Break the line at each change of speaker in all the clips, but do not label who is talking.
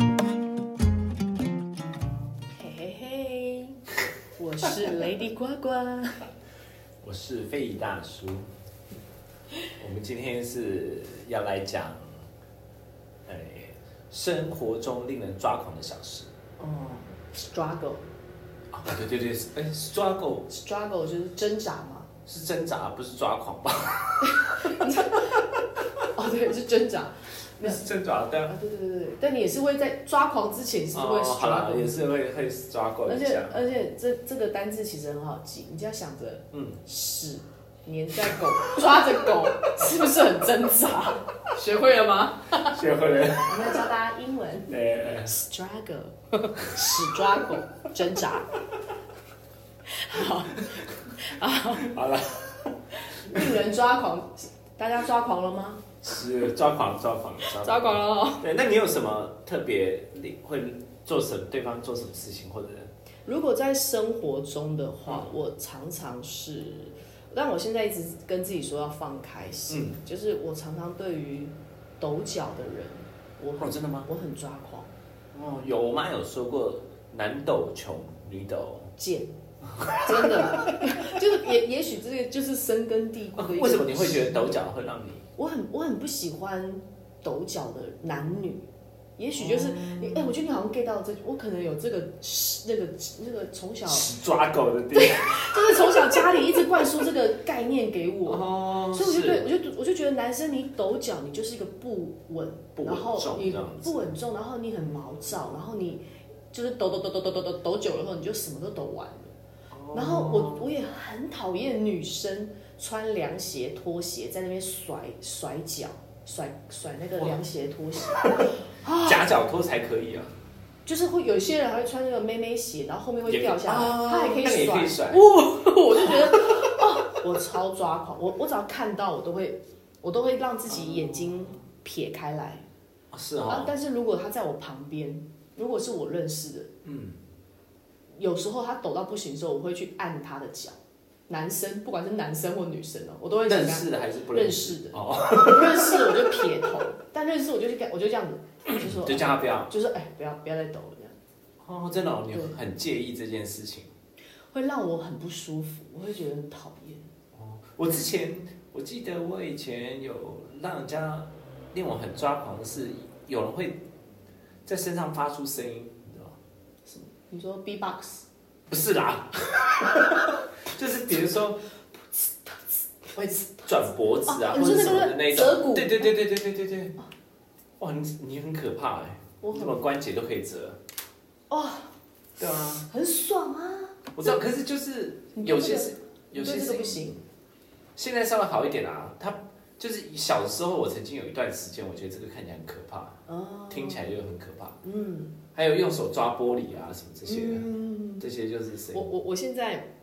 费大叔。我们今天是要来讲，哎，生活中令人抓狂的小事。
哦，struggle
啊，对对对，哎，struggle
struggle 就是挣扎 嘛。
是挣扎，不是抓狂吧？
哦，对，是挣扎。
那是挣扎，对啊。
啊，对对对对，但你也是会在抓狂之前，你是不
哦
会，
好啦，也
struggle。
是会会抓过
而
一
且
下。
而且这这个单字其实很好记，你只要想着
嗯，
屎粘在 狗，抓着狗，是不是很挣扎？学会了吗？
学会了。
我们要教大家英文
哎哎，
struggle，屎抓狗，挣扎。好，
好了，
令人抓狂，大家抓狂了吗？
是抓狂，抓狂，抓
抓狂了哦。
对，那你有什么特别令会做什么？对方做什么事情，或者
如果在生活中的话，我常常是，但我现在一直跟自己说要放开心，
嗯
就是我常常对于抖脚的人，我很、
哦真的吗？
我很抓狂，
哦，有我妈有说过，男抖穷，女抖。
贱，真的， 就是也也许这个就是深根蒂固的一哦个。
啊为什么你会觉得抖脚会让你？
我很我很不喜欢抖脚的男女，也许就是你哎、我觉得你好像 get 到这，我可能有这个那个那个从小
抓狗的地方
就是从小家里一直灌输这个概念给我。
哦
所以我就是对我就我就觉得男生你抖脚，你就是一个不稳，
不稳
然后
重
你
这样子
不稳重，然后你很毛躁，然后你就是抖抖抖抖抖抖抖抖久了以后，你就什么都抖完了。
哦
然后我我也很讨厌女生穿凉鞋拖鞋在那边甩甩脚，甩甩那个
哇
凉鞋拖鞋，啊
夹脚拖才可以啊，
就是会有些人还会穿那个妹妹鞋，然后后面会
也
掉下来，
哦
他还可以
那个也可以
甩哦
甩，
我我就觉得，哦，我超抓狂，我我只要看到我都会，我都会让自己眼睛撇开来。
哦是
啊
哦，，
但是如果他在我旁边，如果是我认识的，
嗯，
有时候他抖到不行的时候，我会去按他的脚。男生不管是男生或女生哦，我都会这
认
样
识的还是不
认
认识？
识的，
哦，
不认识的我就撇头，但认识我就去跟我就这样子，就说
就叫他不要。
就是哎，不要不要再抖了这样。
哦，真的、哦，你
对
很介意这件事情。
会让我很不舒服，我会觉得很讨厌。
哦，我之前我记得我以前有让人家令我很抓狂的是，有人会在身上发出声音，你知道吗？
你说 B box，
不是啦， 就是比如说
我也
转脖子啊，
哦
或
你
者
说
什么的
那
那
个
种，
折骨
对对对对对对对对。哇，你你很可怕哎、
我
你
很
怎么关节都可以折？
哦，
对啊，
很爽啊！
我知道，可是就是
你对
有
这个
些是有些
你对这
是
个不行，
现在稍微好一点啦、他就是小时候，我曾经有一段时间，我觉得这个看起来很可怕，
哦，
听起来就很可怕。
嗯
还有用手抓玻璃啊，什么这些的，
嗯，
这些就是谁
我？我我现在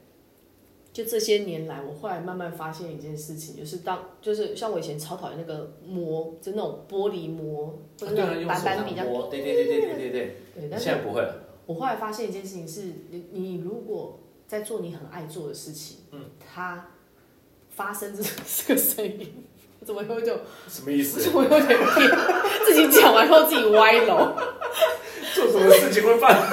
就这些年来，我后来慢慢发现一件事情，就是当就是像我以前超讨厌那个膜，就那种玻璃膜或
啊
者
对啊，
那种
用手
板
这
板笔
样
这样，
摸，对对对对对对对，
对，但
现
是
在不会了。
我后来发现一件事情是，你你如果在做你很爱做的事情，
嗯，
它发生这这个声音，我怎么有一种，
什么意
我怎？么有点变，自己讲完后自己歪楼。
做什么事情会犯？
我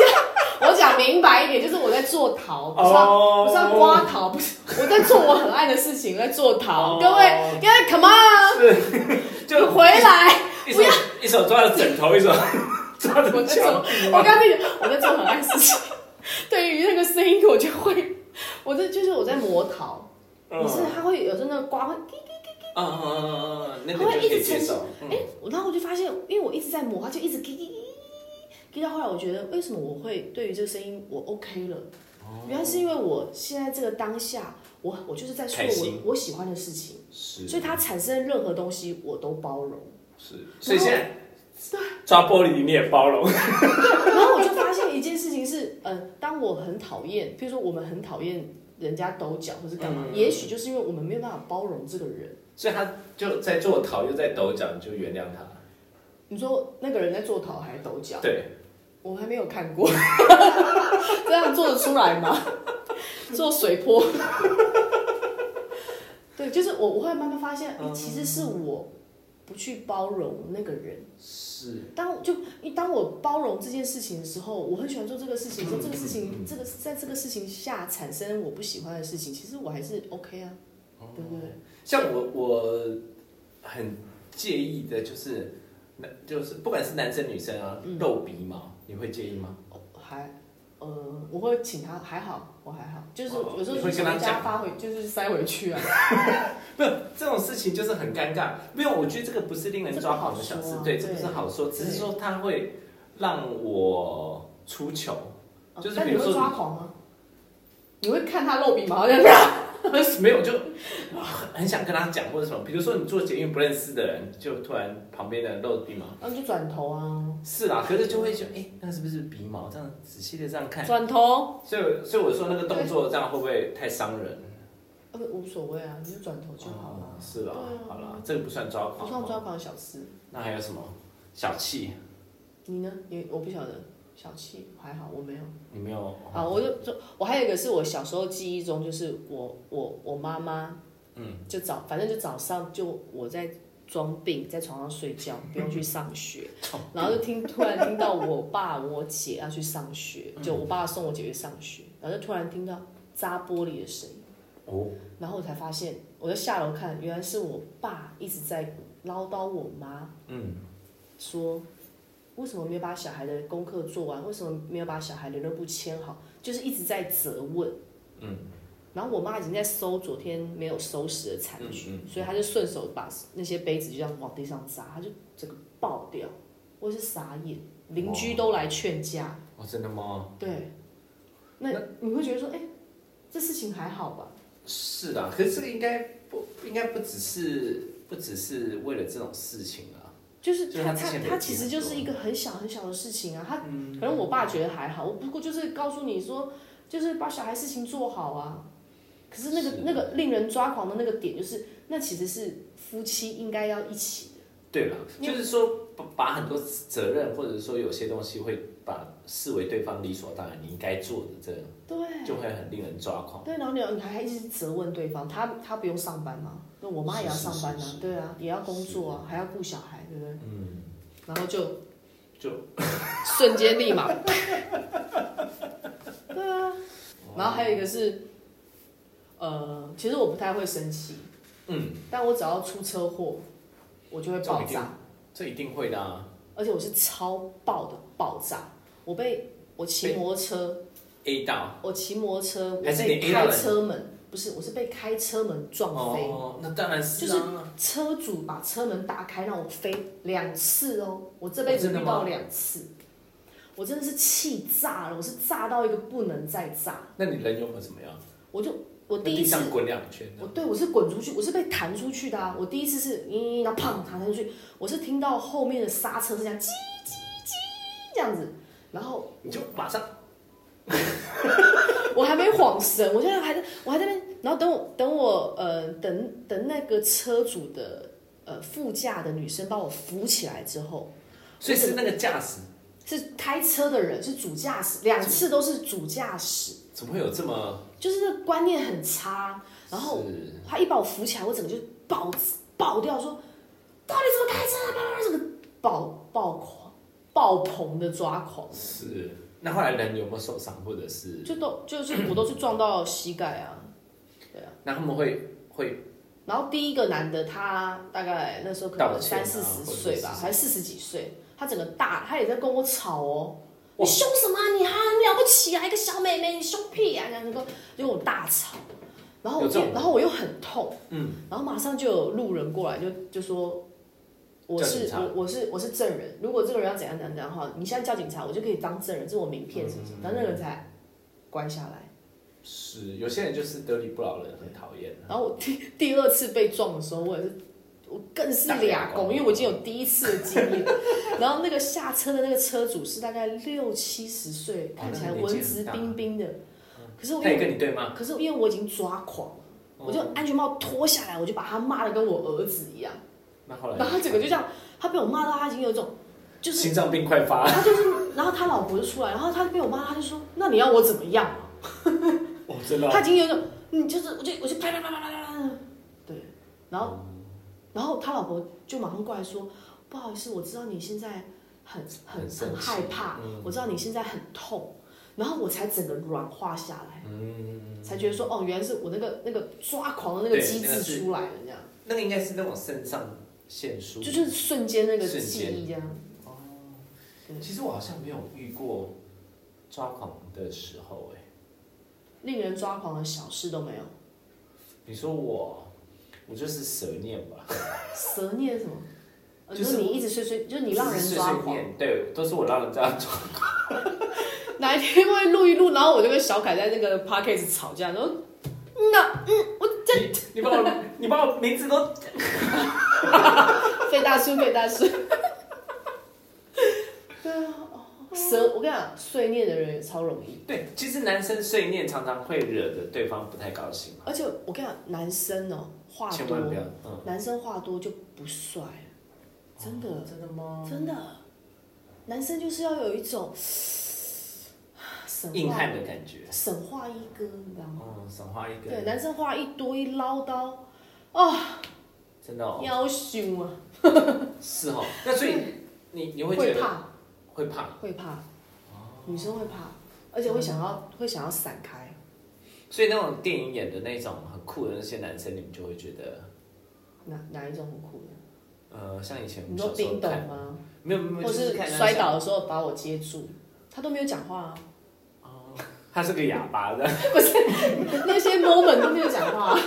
讲我讲明白一点，就是我在做陶，不是要、
哦
不是要刮陶，不是我在做我很爱的事情，我在做陶。
哦
各位各位，come on，
就
回来！
一手一手抓着枕头，一手
我
抓
在
着
做
墙，，
我刚才我在做很爱的事情。 对于那个声音，我就会，我这就是我在磨陶，
嗯
你是它会有时候那个刮会，
嗯嗯嗯嗯嗯，那个
它会
就
一
可以
直
接
沉
受。嗯
哎、我然后我就发现，因为我一直在磨，它就一直滴滴滴滴滴到后来，我觉得为什么我会对于这个声音我 OK 了？原来是因为我现在这个当下，我我就是在做
开心
我我喜欢的事情，
是
所以它产生任何东西我都包容。
是，所以现在抓玻璃你也包容。
然后我就发现一件事情是，呃，当我很讨厌，比如说我们很讨厌人家抖脚或是干嘛，
嗯
也许就是因为我们没有办法包容这个人。
所以他就在做陶，又在抖脚，你就原谅他。
你说那个人在做讨还抖脚，
对，
我还没有看过， 这样做得出来 吗？做水 波，对，就是我，我会慢慢发现，诶其实是我不去包容那个人。
是
当我就当我包容这件事情的时候，我很喜欢做这个事情，
嗯
说这个事
嗯
情，
嗯
这个在这个事情下产生我不喜欢的事情，其实我还是 OK 啊，对不对？
像我我很介意的就是，那就是不管是男生女生啊，露鼻毛，你会介意吗？
哦还，呃，我会请他，还好，我还好，就是
哦
有时候
你会
请
跟他
人家
讲
发回，就是塞回去啊。
不，这种事情就是很尴尬。没有，我觉得这个不是令人抓狂的小
这不好
事
说，啊
对，
对
这不是好说，只是说它会让我出糗。
哦
就是
但
比
你
如
会
说
抓狂吗？你会看他露鼻 毛这样子？
没有，就啊很想跟他讲或者什么。比如说你做捷运不认识的人，就突然旁边的露鼻毛，
那你就转头啊，
是啦，可是就会觉得，哎、那是不是鼻毛？这样仔细的这样看，
转头，
所以所以我说那个动作这样会不会太伤人？
呃，无所谓啊，你就转头就好了
哦，是吧？
对啊
好啦，这个不算抓狂，
不算抓。狂的小事。
那还有什么小气？
你呢？你我不晓得，小气还好，我没有。
你没有？
啊，我就就我还有一个是我小时候记忆中，就是我我我妈妈，嗯，就早反正就早上就我在装病，在床上睡觉，不用去上学，然后就听突然听到我爸我姐要去上学，就我爸送我姐去上学，然后就突然听到砸玻璃的声音，
哦，
然后我才发现，我就下楼看，原来是我爸一直在唠叨我妈，
嗯，
说，为什么没有把小孩的功课做完？为什么没有把小孩联络簿签好？就是一直在责问。
嗯。
然后我妈已经在收昨天没有收拾的残局，
嗯嗯嗯
所以她就顺手把那些杯子就这样往地上砸，她就整个爆掉。我也是傻眼，邻居都来劝架。
哦，真的吗？
对。那你会觉得说，哎，这事情还好吧？
是啦，可是这个应该不应该不只是不只是为了这种事情啊。
就是
就是
他
她之
他
前没有
他其
听
实就
说
是一个很小很小的事情啊，他
嗯，
可能我爸觉得还好，我不过就是告诉你说，就是把小孩事情做好啊。可是那个
是
那个令人抓狂的那个点，就是那其实是夫妻应该要一起的。
对啦，
因为
就是说把把很多责任或者说有些东西会把视为对方理所当然，你应该做的，这样
对。
就会很令人抓狂。
对，然后你你还一直责问对方，他他不用上班吗？那我妈也要
是是
上班啊，
是是
对啊，也要工作啊，还要顾小孩，对不对？
嗯，
然后就
就
瞬间立马。 对啊，然后还有一个是，呃，其实我不太会生气，
嗯，
但我只要出车祸，我就会爆
这种一定
炸，
这一定会的、啊。
而且我是超爆的爆炸。我被我骑摩托车，
A 到
我骑摩托车，我
还是你
被
A 到
开
人
车门，不是，我是被开车门撞飞，
哦，那当然是
就是
啊。
车主把车门打开让我飞两次哦，我这辈
哦
子
真的
遇
吗
到两次，我真的是气炸了，我是炸到一个不能再炸，
那你人有没有怎么样？
我就我
在
第一
地
次
上滚两圈的
我对我是滚出去，我是被弹出去的啊！我第一次是嗯咦，然后砰弹出去，我是听到后面的刹车声这样叽叽叽这样子，然后
你就马上
我还没晃神，我现在还在，我还在那边，然后等我等我呃等等那个车主的呃副驾的女生把我扶起来之后，
所以是那个驾驶
是开车的人是主驾驶，两次都是主驾驶，
怎么会有这么？
就是这个观念很差，然后
是
他一把我扶起来，我整个就爆爆掉，说到底怎么开车啊？叭叭叭，整个爆爆狂、爆棚的抓狂，
是，那后来人有没有受伤，或者是
就都就是我都是撞到膝盖啊，对啊。
那他们会会
然后第一个男的他大概那时候可
道
能
歉啊
三四十
或者是
岁吧，
40
还是四十几岁，他整个大他也在跟我吵哦。
哇
你凶什么啊、你还很了不起啊？一个小妹妹，你凶屁啊！这样子跟我就我大吵，然后我
有这种
就然后我又很痛，
嗯，
然后马上就有路人过来就就说我
叫警
是
察
我我是我是证人，如果这个人要怎样怎样怎样的话，你现在叫警察，我就可以当证人，这是我名片什
嗯
么什么，然后那个人才关下来。
是有些人就是得理不饶人，很讨厌啊。
然后我第第二次被撞的时候，我也是，我更是俩
大俩
拱，
拱
因为我已经有第一次的经验。然后那个下车的那个车主是大概六七十岁，看起来文质彬彬的，可是我
嗯他也
因为
跟你对吗？
可是因为我已经抓狂了，我就
哦
安全帽脱下来，我就把他骂的跟我儿子一样，
那后来，
然后他整个就这样，他被我骂到他已经有一种就是
心脏病快发，
他就是，然后他老婆就出来，然后他被我骂，他就说：“那你要我怎么样啊？”
哦，真的哦
嗯他已经有一种，你就是，我就我就啪啪啪啪啪啪啪，对，然后然后他老婆就马上过来说：“不好意思，我知道你现在很很
很生
很
气
害怕，
嗯
我知道你现在很痛。”然后我才整个软化下来，
嗯，
才觉得说：“哦，原来是我那个那个抓狂的那个
对
机
那个
制
是
出来了，这样
那个应该是那种肾上腺素，
就就是瞬间那个
瞬
记
间
忆这样。
哦，其实我好像没有遇过抓狂的时候哎、
令人抓狂的小事都没有，
你说我，我就是蛇念吧，
蛇念什么？呃
就
就是是你一直碎碎，就是你让
就
人
是
抓
碎碎
狂。
念，对，都是我让人这 样抓。
哪一天会录一录，然后我就跟小凯在那个 podcast 吵架，然后嗯啊那
你你把我你把我名字都
费大叔费大叔。对啊，哦蛇，我跟你讲，碎念的人也超容易，
对，其实男生碎念常常会惹得对方不太高兴，
而且我跟你讲，男生哦话
千
多
万不，要，嗯，
男生话多就不帅，真的
哦真的吗？
真的，男生就是要有一种神
硬
话
汉的感觉，
神话一哥，你知道吗？
嗯，神话一
对，
个，
男生话一多一唠叨，
真的哦，
要凶啊，
是哦，那所以你你会觉
会
得
怕。
会怕，
会怕，
哦
女生会怕，而且会想要会想要闪开。
所以那种电影演的那种很酷的那些男生，你们就会觉得，
哪哪一种很酷的？
呃，像以前我
你
们
说
小时候
冰斗
看，
吗？
没有没有，
或
就是看那
摔
种
倒的时候把我接住，他都没有讲话啊，
他是个哑巴的，
那些 moment 都没有讲 话啊，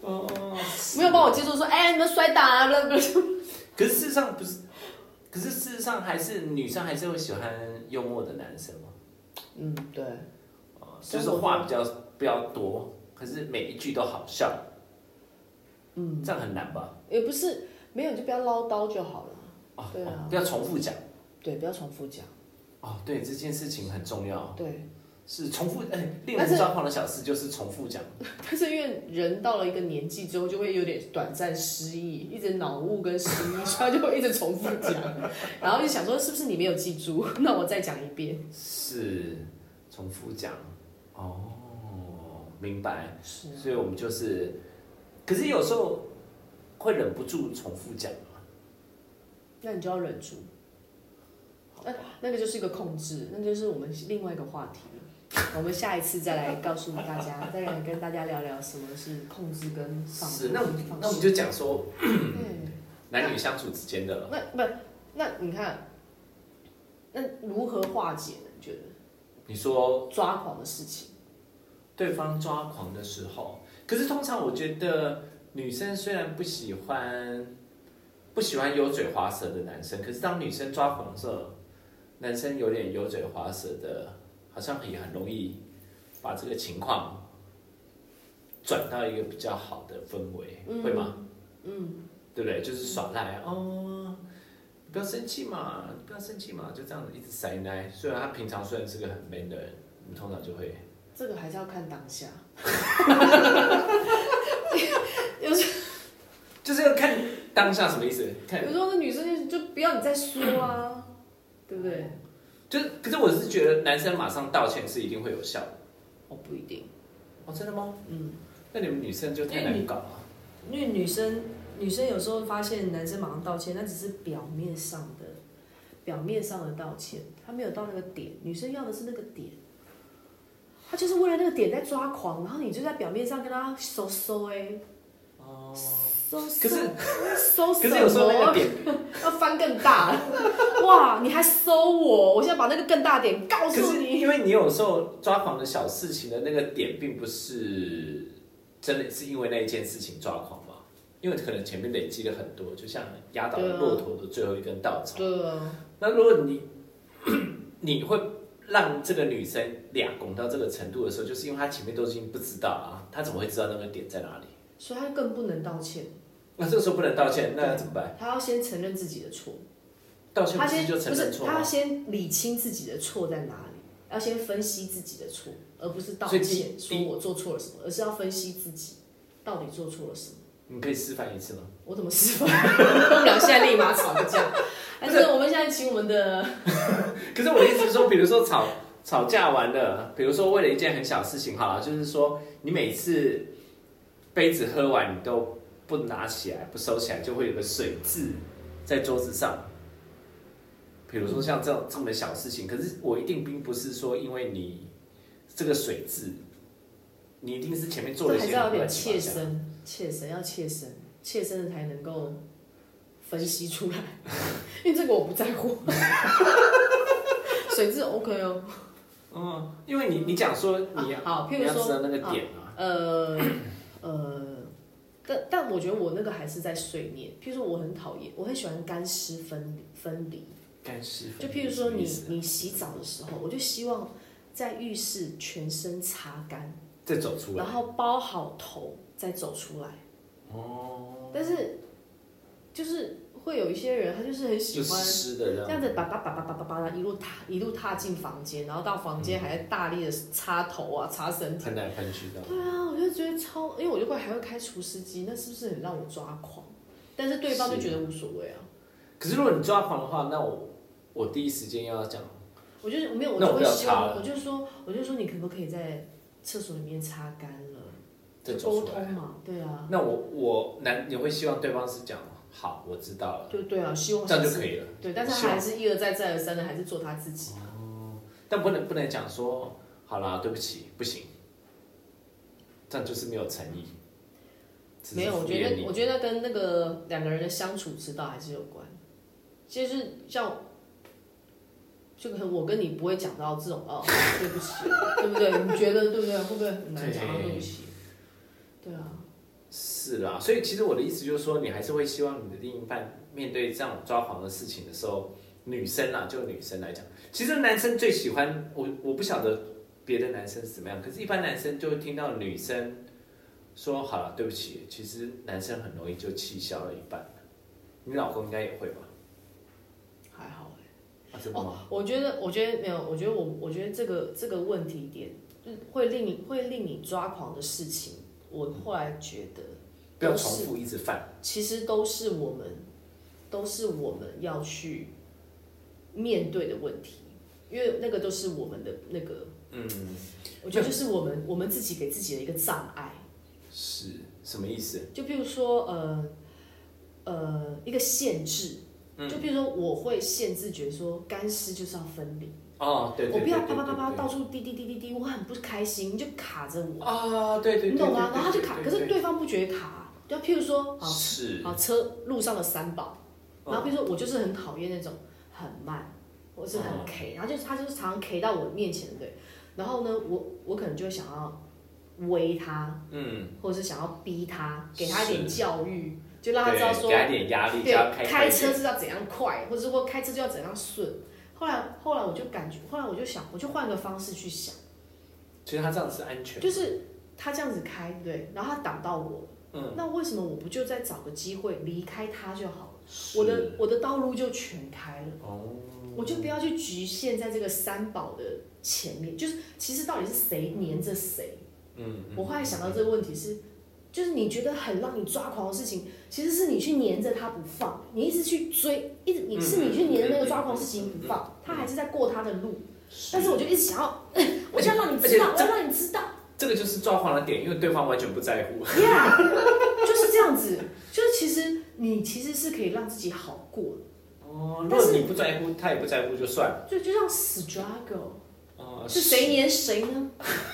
哦，
没有帮我接住，说哎、你们摔倒啊，不不不，
可是事实上不是，可是事实上还是女生还是会喜欢幽默的男生嘛，
嗯，对，
哦就是话比较比较多，可是每一句都好笑，嗯，这样很难吧？
也不是没有你就不要唠叨就好了，
哦，
对啊
哦不要重复讲。
对，不要重复讲，
哦，对，这件事情很重要，
对，
是重复，哎，令
但是
人抓狂的小事就是重复讲，
但是因为人到了一个年纪之后，就会有点短暂失忆，一直脑雾跟失忆， 所以他就会一直重复讲， 然后就想说是不是你没有记住？那我再讲一遍。
是重复讲。哦，明白。
是啊
所以我们就是，可是有时候会忍不住重复讲啊嘛。
那你就要忍住。那那个就是一个控制，那就是我们另外一个话题。我们下一次再来告诉大家，再来跟大家聊聊什么是控制跟放
是，那我们
放嗯
那我
手
们就讲说
对
男女相处之间的了。
那不那你看，那如何化解呢？你觉得
你说
抓狂的事情，
对方抓狂的时候，可是通常我觉得女生虽然不喜欢不喜欢油嘴滑舌的男生，可是当女生抓狂的时候，男生有点油嘴滑舌的，好像也很容易把这个情况转到一个比较好的氛围，
嗯
会吗？对不对？就是耍赖啊哦，你不要生气嘛，你不要生气嘛，就这样子一直塞奶。虽然他平常虽然是个很 man 的人，你通常就会
这个还是要看当下。
就是要看当下什么意思，看
有时候那女生就就不要你再说啊，对不对？
就是。可是我是觉得男生马上道歉是一定会有效的。
哦，不一定，
哦，真的吗？
嗯。
那你们女生就
因
太
为
难
你
搞啊了。
因为女生女生有时候发现男生马上道歉，那只是表面上的表面上的道歉，他没有到那个点。女生要的是那个点，他就是为了那个点在抓狂，然后你就在表面上跟他收收哎，
哦，
收收
可是
收
可
什
是有时候那个
么？
点，
要翻更大， 哇！你还收我，我现在把那个更大点告
可
诉
是
你。
因为你有时候抓狂的小事情的那个点，并不是真的是因为那一件事情抓狂嘛，因为可能前面累积了很多，就像压倒了骆驼的最后一根稻草。
对啊，
那如果你 你会让这个女生俩拱到这个程度的时候，就是因为她前面都已经不知道啊，她怎么会知道那个点在哪里？
所以他更不能道歉，
那这个时候不能道歉，那怎么办？
他要先承认自己的错。
道歉
他
不是
先
就承
不是
认错
他要
吗？
先理清自己的错在哪里，要先分析自己的错，而不是道
所以
歉说
第
我做错了什么，而是要分析自己到底做错了什么。
你可以示范一次吗？
我怎么示 范？我们俩现在立马吵个架，但是我们现在请我们的
可是我的意思是说，比如说吵吵架完了，比如说为了一件很小的事情，好了，就是说你每次杯子喝完你都不拿起来、不收起来，就会有个水渍在桌子上。比如说像这种这么小事情，可是我一定并不是说因为你这个水渍，你一定是前面做了
这还
一些
是要有点
乱七八
切
糟
身，切身要切身，切身的才能够分析出来， 因为这个我不在 乎。 水质 OK 哦，
嗯，因为你你讲说你要、
啊好譬如
你要
说
知道那个点啊，
呃呃，但但我觉得我那个还是在碎念。譬如说，我很讨厌，我很喜欢干湿分分离。
干湿分
就
离
譬如说
什么
你
意思
你洗澡的时候，我就希望在浴室全身擦干，
再走出来
然，后包好头再走出来。
哦，
但是就是会有一些人，他就是很喜
就
欢
湿的
这样子叭叭叭叭叭叭叭一路踏一路踏进房间，然后到房间还大力的擦头啊、擦身体。
喷来喷去的，
对啊，我就觉得超，因为我就会还会开除湿机，那是不是很让我抓狂？但是对方就是觉得无所谓啊，
可是如果你抓狂的话，那我我第一时间要讲，
我就是没有，我
那
就
我
会
不要
希
擦
望，
了
我就说，我就说你可不可以在厕所里面擦干了，
再
就
走
沟
出
通
来。
嘛，对啊，
那我我男你会希望对方是讲好，我知道了，
就对啊，希望
这样
下
就
次
可以了。
对，但是
希
他
望
还是一而再再而三的还是做他自己，
但不能不能讲说好啦，对不起，不行，这样就是没有诚意。只是
没有，我觉
敷
得
衍你
我觉得跟那个两个人的相处之道还是有关。其实像，就可能我跟你不会讲到这种哦，对不起，对不对？你觉得对不对？会不会很难讲到对不起？对啊，
是啦，所以其实我的意思就是说，你还是会希望你的另一半面对这样抓狂的事情的时候，女生啦，就女生来讲，其实男生最喜欢我，我不晓得别的男生是怎么样，可是一般男生就会听到女生说：“好了，对不起。”其实男生很容易就气消了一半。你老公应该也会吧？
还好哎、
啊，真的吗？
哦，我觉得，我觉得没有，我觉得我，我觉得这个这个问题点，就是会令你会令你抓狂的事情，我后来觉得
不要
都
重
是
复一直犯。
其实都是我们，都是我们要去面对的问题，因为那个都是我们的那个，
嗯，
我觉得就是我们我们自己给自己的一个障碍。
是什么意思？
就比如说，呃，呃，一个限制，
嗯
就比如说我会限制，觉得说干湿就是要分离，
哦，对对
我
对
不
对
要
对
啪啪啪啪
对
到处滴滴滴滴滴，我很不开心，你就卡着我，
啊，对对，对
你懂吗？
对
然后他就
对
卡，
对
可是
对
对方不觉得卡，就譬如说，好
是
好车路上的三宝，
嗯
然后比如说我就是很讨厌那种很慢，或是很
嗯
K，、然后就是他就是常常 K 到我面前，对，然后呢，我我可能就会想要威他，
嗯，
或者是想要逼他，给他一点
是
教育，就让他知道
对
说
给，他一点压力，就要
对，
开
开
快一
车
点
是要怎样快，或者说开车就要怎样顺。后来后来我就感觉，后来我就想，我就换个方式去想，
其实他这样是安全的，
就是他这样子开，对，然后他挡到我，
嗯，
那为什么我不就再找个机会离开他就好了？
是
我的我的道路就全开了，
哦，
我就不要去局限在这个三宝的前面。就是其实到底是谁黏着谁？
嗯，嗯
我后来想到这个问题是，就是你觉得很让你抓狂的事情，其实是你去黏着他不放，你一直去追，一直你
嗯
是你去黏着那
嗯
个
嗯
抓狂的事情不放，他还是在过他的路。但是我就一直想要，我
而
就
且
要让你
而
知
且
道，我
这
要让你 知道。
这个就是抓狂的点，因为对方完全不在乎，
Yeah，就是 这样子，就是其实你其实是可以让自己好过
哦，如
但是
果你不在乎，他也不在乎就算了，
的，就就像 struggle
哦，
是谁黏谁呢？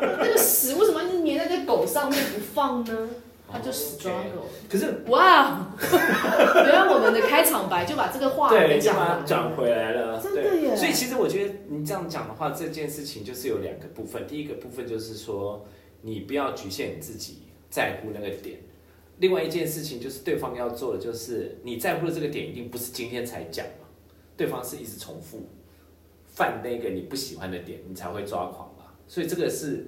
那个屎为什么一直粘在这狗上面不放呢？它就
哦
struggle。
可是
哇，哦原来我们的开场白就把这个话给
对，就
讲
把
完
它
了
转回来了。
真
对，
的耶
所以其实我觉得你这样讲的话，这件事情就是有两个部分。第一个部分就是说，你不要局限你自己在乎那个点。另外一件事情就是对方要做的，就是你在乎的这个点一定不是今天才讲嘛，对方是一直重复犯那个你不喜欢的点，你才会抓狂嘛。所以这个是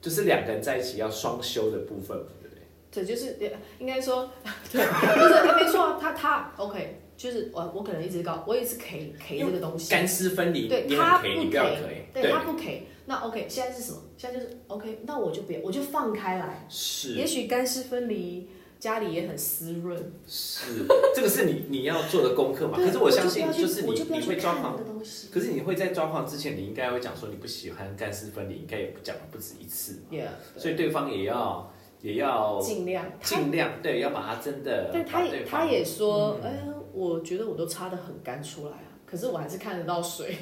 就是两个人在一起要双修的部分，对不对？
对，就是呃应该说，对，就是哎没错啊，他他 OK，就是我我可能一直搞，我也是 K K 这个东西。
干湿分离，
对
你
他
很
不
可
可以，
以，你不要可以，
对他不可以。那 OK，现在是什么？现在就是 OK，那我就不要，我就放开来。
是。
也许干湿分离，家里也很湿润。
是，这个是你你要做的功课嘛？
对
可是我相信，
我就不要去
是你
我就不要
你
去
会抓
看
狂
那，个东西。
可是你会在抓狂之前，你应该会讲说你不喜欢干湿分离，应该也不讲了不止一次嘛。
Yeah，
所以对方也要也要
尽量。他
尽量对，要把它真的
但
把
他也
对
他
方嗯
也说，哎、我觉得我都擦的很干出来啊，可是我还是看得到水。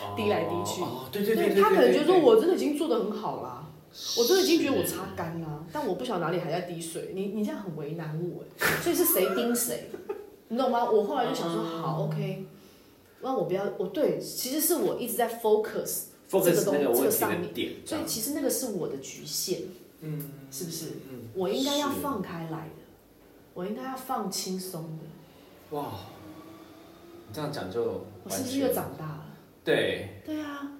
哦
滴来滴去
哦， 对对对对，
他可能觉得说
对
我真的已经做的很好啦，我真的已经觉得我
是
擦干啦，但我不晓得哪里还在滴水，你你这样很为难我哎，所以是谁盯谁，你懂吗？我后来就想说，
嗯
好 OK，那我不要，我对，其实是我一直在 focus，这
focus
个东
那个
这
问
个
题
上
的
面
点，这
所以
样
其实那个是我的局限，
嗯，
是不是？
嗯，
我应该要
是
放开来的，我应该要放轻松的，
哇，你这样讲就
我
完
是不是
全
又长大了？
对，
对啊，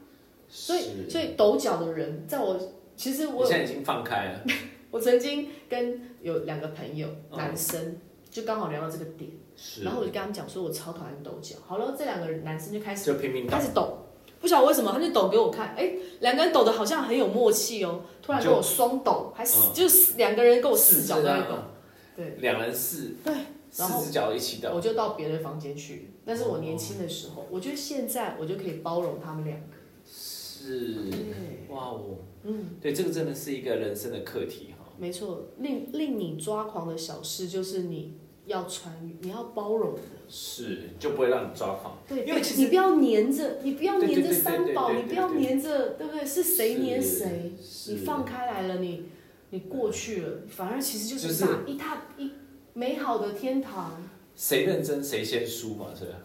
所以
是
所以抖脚的人，在我其实
你
我有
现在已经放开了，
我曾经跟有两个朋友，
嗯
男生就刚好聊到这个点，
是，
然后我就跟他们讲说，我超讨厌抖脚。好了，这两个男生就开始
就拼命打
开，始抖，不晓得为什么，他就抖给我看。哎，两个人抖的好像很有默契哦，突然
就
跟我双抖，还死
嗯
就是两个人跟我四脚
四
都
只
在
啊
抖。对，
两人四
对，然后
四只脚一哦起
我
抖，
就到别的房间去。那是我年轻的时候，我觉得现在我就可以包容他们两个。
是，
对，
哇哦，
嗯。
对，这个真的是一个人生的课题哈，
没错，令令你抓狂的小事就是你要穿，你要包容的，
是，就不会让你抓狂，
对，
因为
不
其实
你不要黏着，你不要
对对
黏着
对对
三
对
宝，
对
你
对
不要
对
黏着，对不对？是谁黏
是
谁？
是
你放开来了，你你过去了，反而其实就
就是是
打一踏一美好的天堂。
谁认真谁先输嘛，是吧？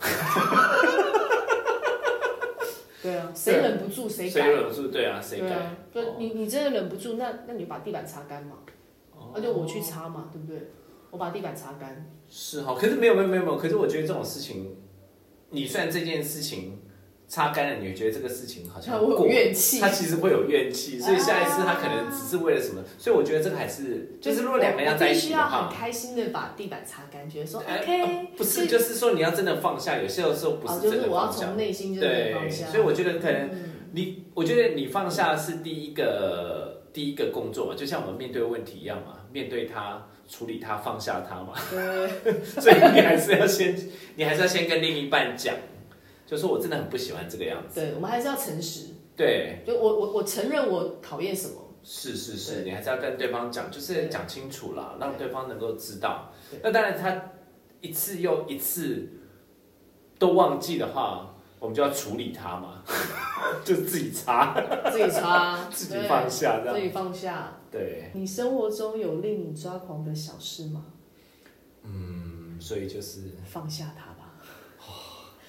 对啊，谁
对啊
忍不住谁
谁
改。
忍住？对啊，谁
对
改
啊？，对
哦，
你你真的忍不住，那那你把地板擦干嘛？
哦
那就我去擦嘛，对不对？我把地板擦干。
是哈，可是没有没有没有没有，可是我觉得这种事情，你虽然这件事情擦干了，你会觉得这个事情好像
我有
过了，
怨气
他其实会有怨气，所以下一次他可能只是为了什么，所以我觉得这个还是就是如果两个人要在一
我必
起
须
的
要很
话，
开心的把地板擦干，觉得说
哎
OK，
不是就是说你要真的放下，有些时候不
哦，
是
就
真
是
的
我要
放下
从，内心就是没放
对，
下，
所以我觉得可能
嗯
你，我觉得你放下是第一个第一个工作嘛，就像我们面对问题一样嘛，面对它。处理它，放下它嘛，
对，
所以你还是要先，你还是要先跟另一半讲，就说我真的很不喜欢这个样子。
对，我们还是要诚实，
对，
就我我我承认我讨厌什么，
是是
对
是，你还是要跟对方讲，就是
对
讲清楚啦，
对
让对方能够知道
对。
那当然，他一次又一次都忘记的话，我们就要处理他嘛， 就自己擦，
自己擦，
自己
对
放下这
自
样。
己放下。
对，
你生活中有令你抓狂的小事吗？
嗯，所以就是
放下它吧，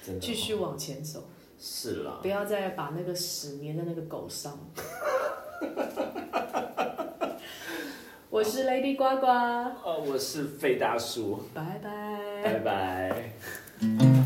真的
继续往前走，
是啦，
不要再把那个屎粘在那个狗上。 我是 Lady 呱呱，哎
呃，我是费大叔，
拜拜
拜拜。